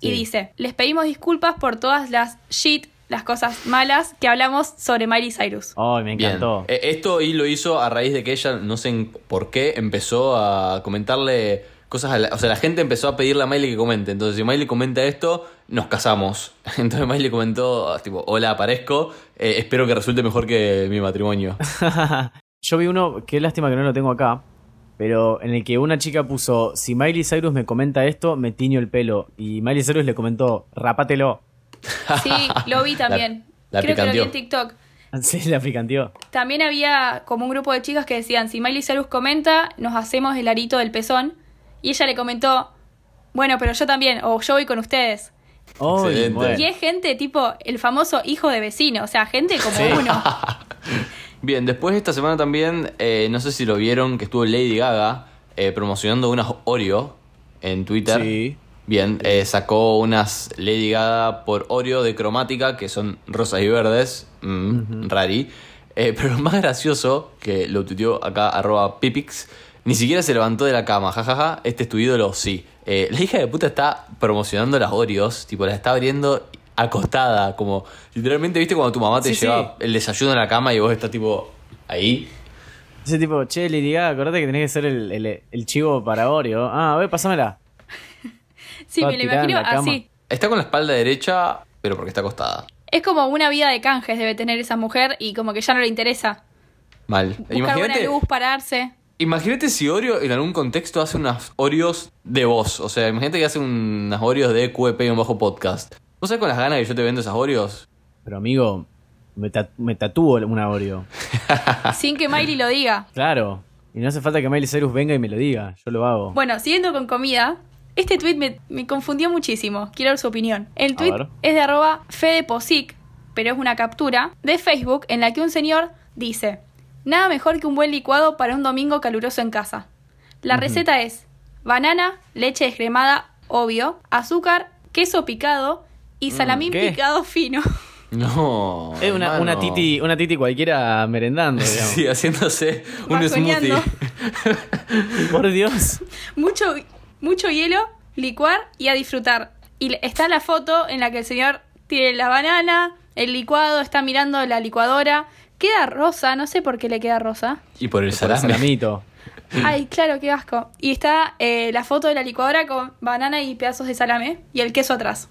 y Sí. dice, les pedimos disculpas por todas las shit las cosas malas que hablamos sobre Miley *laughs* Cyrus. Ay, me Bien. encantó. Eh, Esto y lo hizo a raíz de que ella, no sé en- por qué, empezó a comentarle cosas a la, O sea, la gente empezó a pedirle a Miley que comente. Entonces, si Miley comenta esto, nos casamos. *laughs* Entonces Miley comentó, ah, tipo, hola, aparezco. eh, espero que resulte mejor que mi matrimonio. Yo vi uno, qué lástima que no lo tengo acá, pero en el que una chica puso, si Miley Cyrus me comenta esto, me tiño el pelo. Y Miley Cyrus le comentó, rapátelo. *laughs* Sí, lo vi también. La- la Creo que lo vi picanteó. en TikTok. Así la fricanteó. También había como un grupo de chicas que decían, si Miley Cyrus comenta, nos hacemos el arito del pezón. Y ella le comentó, bueno, pero yo también, o yo voy con ustedes. Ay, Excelente. bueno. Y es gente tipo el famoso hijo de vecino, o sea, gente como Sí. *laughs* uno. Bien, después esta semana también, eh, no sé si lo vieron, que estuvo Lady Gaga eh, promocionando unas Oreo en Twitter. Sí. Bien, eh, sacó unas Lady Gaga por Oreo de cromática, que son rosas y verdes. Mm, Rari. Eh, *laughs* pero lo más gracioso, que lo tuiteó acá, arroba pipix, ni siquiera se levantó de la cama, jajaja, este es tu ídolo, sí. Eh, la hija de puta está promocionando las Oreos, tipo, las está abriendo acostada, como literalmente, viste, cuando tu mamá Ah, te Sí, lleva el desayuno en la cama y vos estás tipo ahí. Ese tipo, che, Lady Gaga, acordate que tenés que ser el, el- el chivo para Oreo. Ah, a ver, pásamela. Sí, Va me lo tirada en imagino la cama. así. Está con la espalda derecha, pero porque está acostada. Es como una vida de canjes debe tener esa mujer y como que ya no le interesa. Mal. Buscar buena luz, pararse. Imagínate si Oreo en algún contexto hace unas Oreos de voz. O sea, imagínate que hace unas Oreos de QEP y un bajo podcast. ¿Vos sabés con las ganas que yo te vendo esas Oreos? *laughs* Pero amigo, me, ta- me tatúo una Oreo. sin que Miley lo diga. Claro. Y no hace falta que Miley Cyrus venga y me lo diga. Yo lo hago. Bueno, siguiendo con comida, este tweet me, me confundió muchísimo. Quiero ver su opinión. El A tweet ver. es de arroba fedeposic, pero es una captura de Facebook en la que un señor dice: Nada mejor que un buen licuado para un domingo caluroso en casa. La receta es banana, leche descremada, obvio, azúcar, queso picado y salamín Mm, ¿qué? picado fino. *laughs* No. es una, una hermano. titi, una titi cualquiera merendando, digamos. Sí, haciéndose un Bajoneando. smoothie. Por Dios. mucho, mucho hielo, licuar y a disfrutar. Y le- está la foto en la que el señor tiene la banana, el licuado, está mirando la licuadora. Queda rosa, no sé por qué le queda rosa. Y por Por el el salame. salamito. Mm. Ay, claro, qué asco. Y está eh, la foto de la licuadora con banana y pedazos de salame y el queso atrás.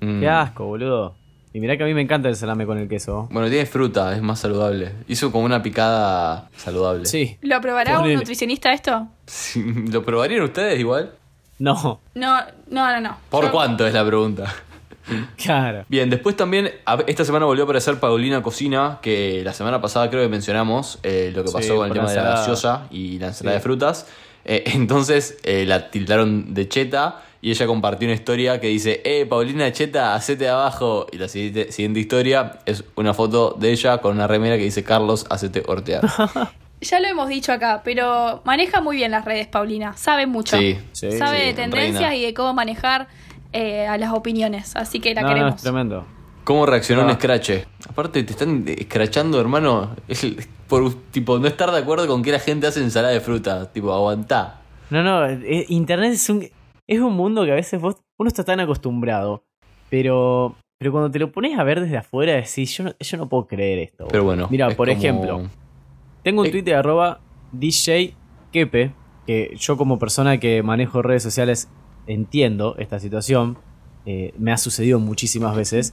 Mm. Qué asco, boludo. Y mirá que a mí me encanta el salame con el queso. Bueno, tiene fruta, es más saludable. Hizo como una picada saludable. Sí. ¿Lo probará un Ponele. nutricionista esto? Sí, *laughs* ¿Lo probarían ustedes igual? No, *laughs* No, no, no, no. ¿Por Yo- cuánto es la pregunta? claro. Bien, después también, a- esta semana volvió a aparecer Paulina Cocina, que la semana pasada creo que mencionamos eh, lo que Sí, pasó con con el tema la de la ensalada. gaseosa y la ensalada Sí. de frutas. Eh, *laughs* entonces eh, la tildaron de cheta y ella compartió una historia que dice, eh, Paulina Cheta, hacete de abajo. Y la siguiente, siguiente historia es una foto de ella con una remera que dice, Carlos, hacete hortear. Ya lo hemos dicho acá, pero maneja muy bien las redes, Paulina. Sabe mucho. Sí, sí, Sabe sí, de tendencias reina. y de cómo manejar eh, a las opiniones. Así que la no, no, es queremos. tremendo. ¿Cómo reaccionó un Ah. escrache? Aparte, te están escrachando, hermano, Es el- por tipo no estar de acuerdo con que la gente hace ensalada de fruta. Tipo, aguantá. No, no, eh, internet es un es un mundo que a veces vos uno está tan acostumbrado, pero pero cuando te lo pones a ver desde afuera decís, yo no, yo no puedo creer esto. Pero bueno. Mira, es por como- ejemplo, Tengo un Eh. tweet de arroba DJ Kepe, que yo como persona que manejo redes sociales entiendo esta situación, eh, me ha sucedido muchísimas veces.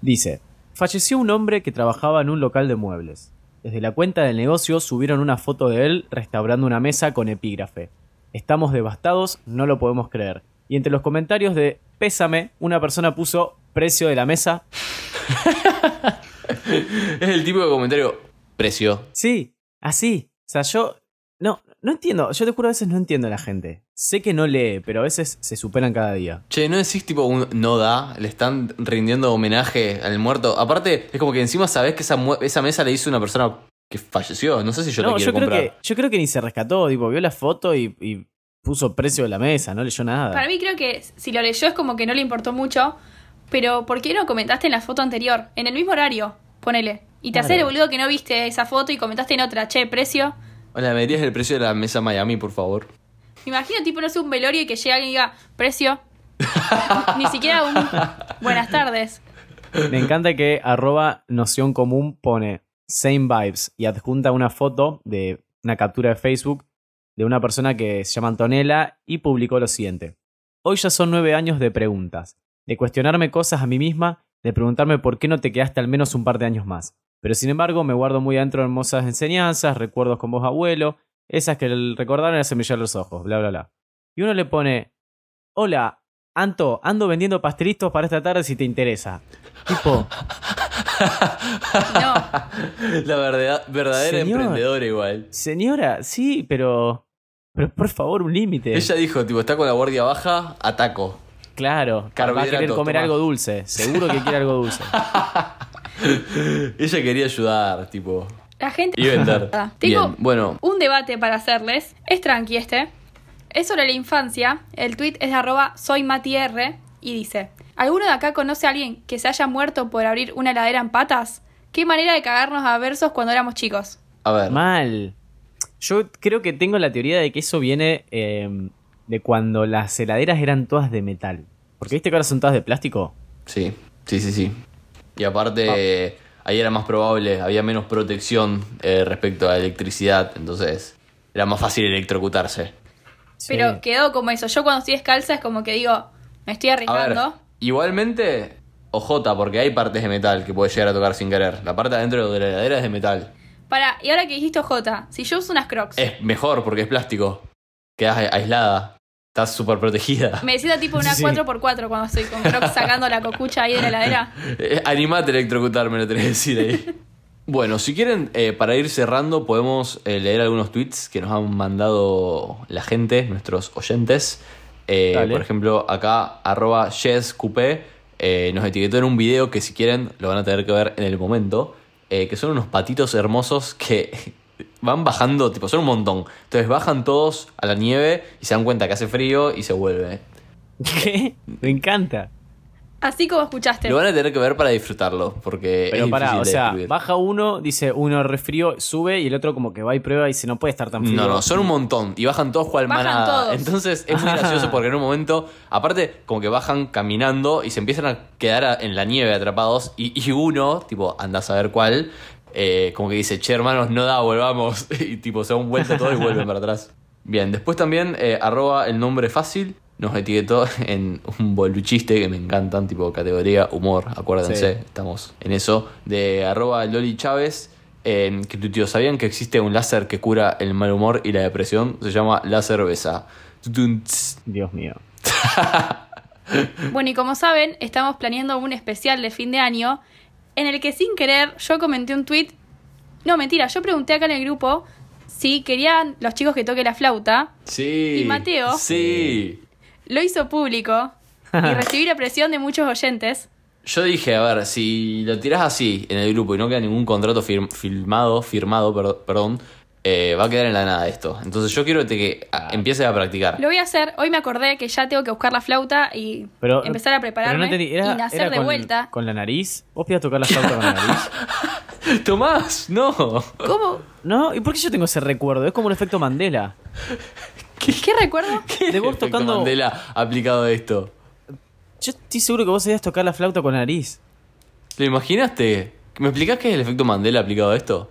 Dice, falleció un hombre que trabajaba en un local de muebles. Desde la cuenta del negocio subieron una foto de él restaurando una mesa con epígrafe. Estamos devastados, no lo podemos creer. Y entre los comentarios de Pésame, una persona puso precio de la mesa. *laughs* Es el tipo de comentario. Precio. Sí, así. O sea, yo. No, no entiendo. Yo te juro, a veces no entiendo a la gente. Sé que no lee, pero a veces se superan cada día. Che, ¿no decís tipo un no da? Le están rindiendo homenaje al muerto. Aparte, es como que encima sabés que esa, mue- esa mesa la hizo una persona que falleció. No sé si yo la no, quiero yo creo, comprar. que, yo creo que ni se rescató. Tipo, vio la foto y, y puso precio de la mesa, no leyó nada. Para mí creo que si lo leyó es como que no le importó mucho, pero ¿por qué no comentaste en la foto anterior? En el mismo horario, ponele. Y te Claro. haces el boludo que no viste esa foto y comentaste en otra, che, precio. Hola, ¿me dirías el precio de la mesa Miami, por favor? Me imagino tipo, no sé, un velorio y que llegue alguien y diga, precio. Ni siquiera un buenas tardes. Me encanta que arroba noción común pone same vibes y adjunta una foto de una captura de Facebook de una persona que se llama Antonella y publicó lo siguiente. Hoy ya son nueve años de preguntas, de cuestionarme cosas a mí misma, de preguntarme por qué no te quedaste al menos un par de años más. Pero sin embargo me guardo muy adentro hermosas enseñanzas, recuerdos con vos abuelo, esas que el recordar era semillar los ojos, bla bla bla. Y uno le pone, hola, Anto, ando vendiendo pastelitos para esta tarde si te interesa. Tipo, No, *laughs* La verdad, verdadera Señor. emprendedora igual. señora, sí, pero... Pero por favor, un límite. Ella dijo, tipo, está con la guardia baja, ataco. Claro, va a Carbohidratos, querer comer tomá. algo dulce. Seguro que quiere algo *laughs* dulce. Ella quería ayudar, tipo. la gente... Y vender. Ah, Bien, tengo- bueno. Un debate para hacerles. Es tranqui este. Es sobre la infancia. El tweet es de arroba soy Mati R y dice: ¿Alguno de acá conoce a alguien que se haya muerto por abrir una heladera en patas? Qué manera de cagarnos a versos cuando éramos chicos. A ver. Mal. Yo creo que tengo la teoría de que eso viene eh, de cuando las heladeras eran todas de metal. Porque viste que ahora son todas de plástico. Sí, sí, sí, sí. Y aparte, eh, ahí era más probable, había menos protección eh, respecto a la electricidad, entonces era más fácil electrocutarse. Pero quedó como eso. Yo cuando estoy descalza es como que digo: Me estoy A ver, arriesgando. igualmente, ojota, porque hay partes de metal que puedes llegar a tocar sin querer. La parte adentro de la heladera es de metal. Para, y ahora que dijiste J, si yo uso unas crocs, Es mejor porque es plástico. Quedas a- aislada. Estás súper protegida. me decía tipo una Sí. 4x4 cuando estoy con crocs sacando la cocucha ahí de la *laughs* heladera. Eh, Animate a electrocutarme, lo tenés que *laughs* decir ahí. bueno, si quieren, eh, para ir cerrando, podemos eh, leer algunos tweets que nos han mandado la gente, nuestros oyentes. Eh, Dale. por ejemplo, acá, arroba JessCoupé, eh, nos etiquetó en un video que si quieren lo van a tener que ver en el momento, eh, que son unos patitos hermosos que *laughs* van bajando, tipo, son un montón. Entonces bajan todos a la nieve y se dan cuenta que hace frío y se vuelve. *laughs* ¿Qué? Me encanta. Así como escuchaste. Lo van a tener que ver para disfrutarlo, porque... Pero es pará, difícil o de sea, describir. baja uno, dice uno refrío, sube y el otro como que va y prueba y dice no puede estar tan frío. No, no, son un montón y bajan todos cual Bajan manada. todos. Entonces es muy Ah. gracioso porque en un momento, aparte, como que bajan caminando y se empiezan a quedar a- en la nieve atrapados. Y, y uno, tipo, anda a saber cuál, eh, como que dice, che, hermanos, no da, volvamos. *laughs* Y tipo, se dan vuelta todos y vuelven para atrás. Bien, después también, eh, arroba el nombre fácil, nos etiquetó *laughs* en un boluchiste que me encantan, tipo categoría humor, acuérdense, Sí. estamos en eso, de arroba Loli Chávez, en que tuiteó, ¿sabían que existe un láser que cura el mal humor y la depresión? Se llama la cerveza. Tutun, tss. Dios mío. Bueno, y como saben, estamos planeando un especial de fin de año en el que sin querer yo comenté un tweet. No, mentira, yo pregunté acá en el grupo si querían los chicos que toque la flauta. Sí. ¿Y Mateo? Sí. Lo hizo público *laughs* y recibí la presión de muchos oyentes. Yo dije, a ver, si lo tirás así en el grupo y no queda ningún contrato fir- firmado, firmado, per- perdón, eh, va a quedar en la nada esto. Entonces yo quiero te- que a- empieces a practicar. Lo voy a hacer. Hoy me acordé que ya tengo que buscar la flauta y Pero, empezar a prepararme pero no entendí, era- y nacer era de con, vuelta. ¿Con la nariz? ¿Vos podías tocar la flauta con la *laughs* nariz? *laughs* Tomás, no. *laughs* ¿Cómo? ¿No? ¿Y por qué yo tengo ese recuerdo? Es como un efecto Mandela. ¿Qué recuerdo? De vos *laughs* Efecto tocando... Mandela aplicado a esto. Yo estoy seguro que vos sabías tocar la flauta con la nariz. ¿Lo imaginaste? ¿Me explicás qué es el efecto Mandela aplicado a esto?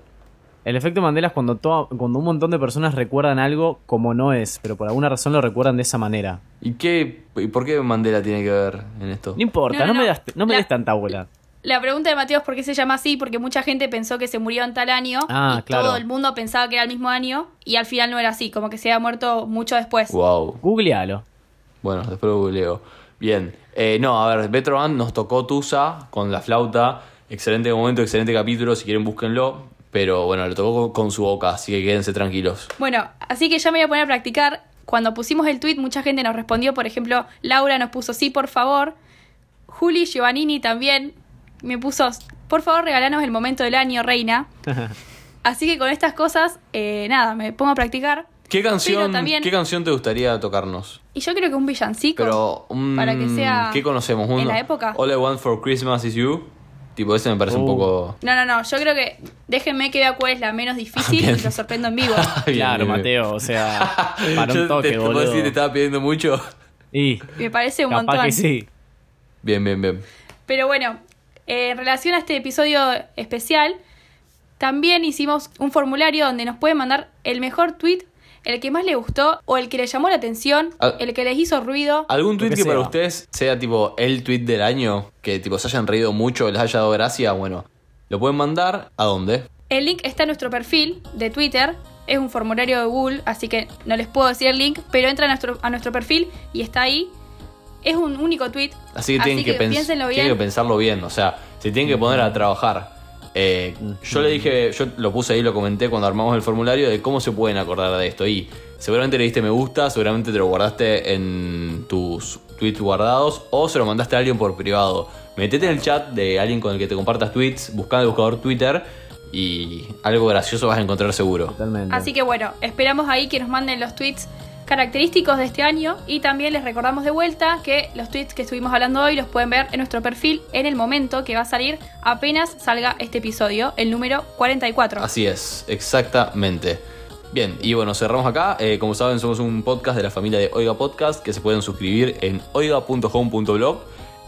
El efecto Mandela es cuando, toda- cuando un montón de personas recuerdan algo como no es, pero por alguna razón lo recuerdan de esa manera. ¿Y qué y por qué Mandela tiene que ver en esto? No importa, No, no, no, me, no. das, no me La- des tanta bola. La pregunta de Mateo es por qué se llama así, porque mucha gente pensó que se murió en tal año Ah, y claro. todo el mundo pensaba que era el mismo año y al final no era así, como que se había muerto mucho después. Wow. Googlealo. Bueno, después lo googleo. Bien. Eh, no, a ver, Betro Band nos tocó Tusa con la flauta. Excelente momento, excelente capítulo. Si quieren, búsquenlo. Pero bueno, lo tocó con, con su boca, así que quédense tranquilos. Bueno, así que ya me voy a poner a practicar. Cuando pusimos el tweet, mucha gente nos respondió, por ejemplo, Laura nos puso sí, por favor. Juli Giovannini también me puso, por favor, regalanos el momento del *laughs* año, reina. Así que con estas cosas, eh, nada, me pongo a practicar. ¿Qué canción, también- ¿Qué canción te gustaría tocarnos? Y yo creo que un villancico. Pero un- Para que sea ¿Qué conocemos? en la época. All I Want for Christmas is You. Tipo, ese me parece un Uh. poco. No, no, no, yo creo que déjenme que vea cuál es la menos difícil Bien. y lo sorprendo en *laughs* vivo. Bien, claro, bien, bien. Mateo, o *laughs* sea, para Yo un te- toque, te, puedo boludo. decir, te estaba pidiendo mucho. Y Me parece un capaz montón. que sí. Bien, bien, bien. Pero bueno, Eh, en relación a este episodio especial, también hicimos un formulario donde nos pueden mandar el mejor tweet, el que más le gustó o el que le llamó la atención, Al- el que les hizo ruido. ¿Algún tweet que que, para sea. ustedes sea tipo el tweet del año? Que tipo se hayan reído mucho, les haya dado gracia, bueno. Lo pueden mandar a dónde? El link está en nuestro perfil de Twitter. Es un formulario de Google, así que no les puedo decir el link, pero entran a nuestro, a nuestro perfil y está ahí. Es un único tweet. Así que tienen, que, pens- piénsenlo bien. tienen que pensarlo bien, o sea, se tienen que poner a trabajar. Eh, yo le dije, yo lo puse ahí, lo comenté cuando armamos el formulario de cómo se pueden acordar de esto. Y seguramente le diste me gusta, seguramente te lo guardaste en tus tweets guardados o se lo mandaste a alguien por privado. Metete en el chat de alguien con el que te compartas tweets, busca en el buscador Twitter y algo gracioso vas a encontrar seguro. Totalmente. Así que bueno, esperamos ahí que nos manden los tweets característicos de este año y también les recordamos de vuelta que los tweets que estuvimos hablando hoy los pueden ver en nuestro perfil en el momento que va a salir apenas salga este episodio, el número 44. Así es, exactamente. Bien, y bueno, cerramos acá. Eh, como saben, somos un podcast de la familia de Oiga Podcast que se pueden suscribir en oiga.home.blog.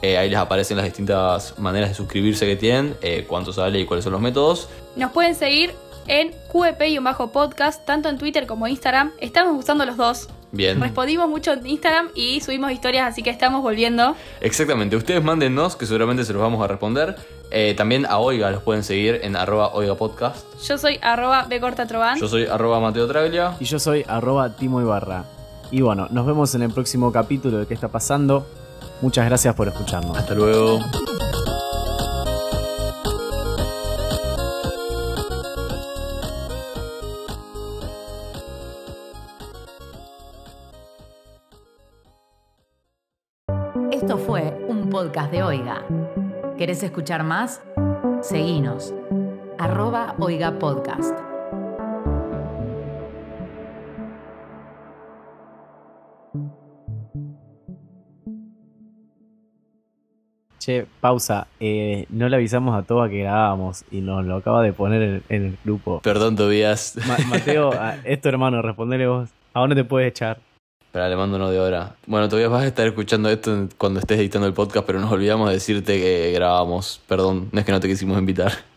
Eh, ahí les aparecen las distintas maneras de suscribirse que tienen, eh, cuánto sale y cuáles son los métodos. Nos pueden seguir en E QEP-podcast, tanto en Twitter como Instagram. Estamos usando los dos. Bien, Respondimos mucho en Instagram y subimos historias, así que estamos volviendo. exactamente. Ustedes mándennos, que seguramente se los vamos a responder. Eh, también a Oiga los pueden seguir en arroba Oiga Podcast. Yo soy arroba bcortatroban. Yo soy arroba Mateo Traglia. Y yo soy arroba Timo Ibarra. Y bueno, nos vemos en el próximo capítulo de qué está pasando. Muchas gracias por escucharnos. Hasta luego. Esto fue un podcast de Oiga. ¿Querés escuchar más? Seguinos. Arroba Oiga Podcast. Che, pausa. Eh, no le avisamos a Toba que grabábamos y nos lo acaba de poner en, en el grupo. Perdón, Tobías. Ma- Mateo, a- es tu hermano, respondele vos. ¿A dónde te puedes echar? Pero le mando uno de ahora. Bueno, todavía vas a estar escuchando esto en- cuando estés editando el podcast, pero nos olvidamos de decirte que grabamos. Perdón, no es que no te quisimos invitar.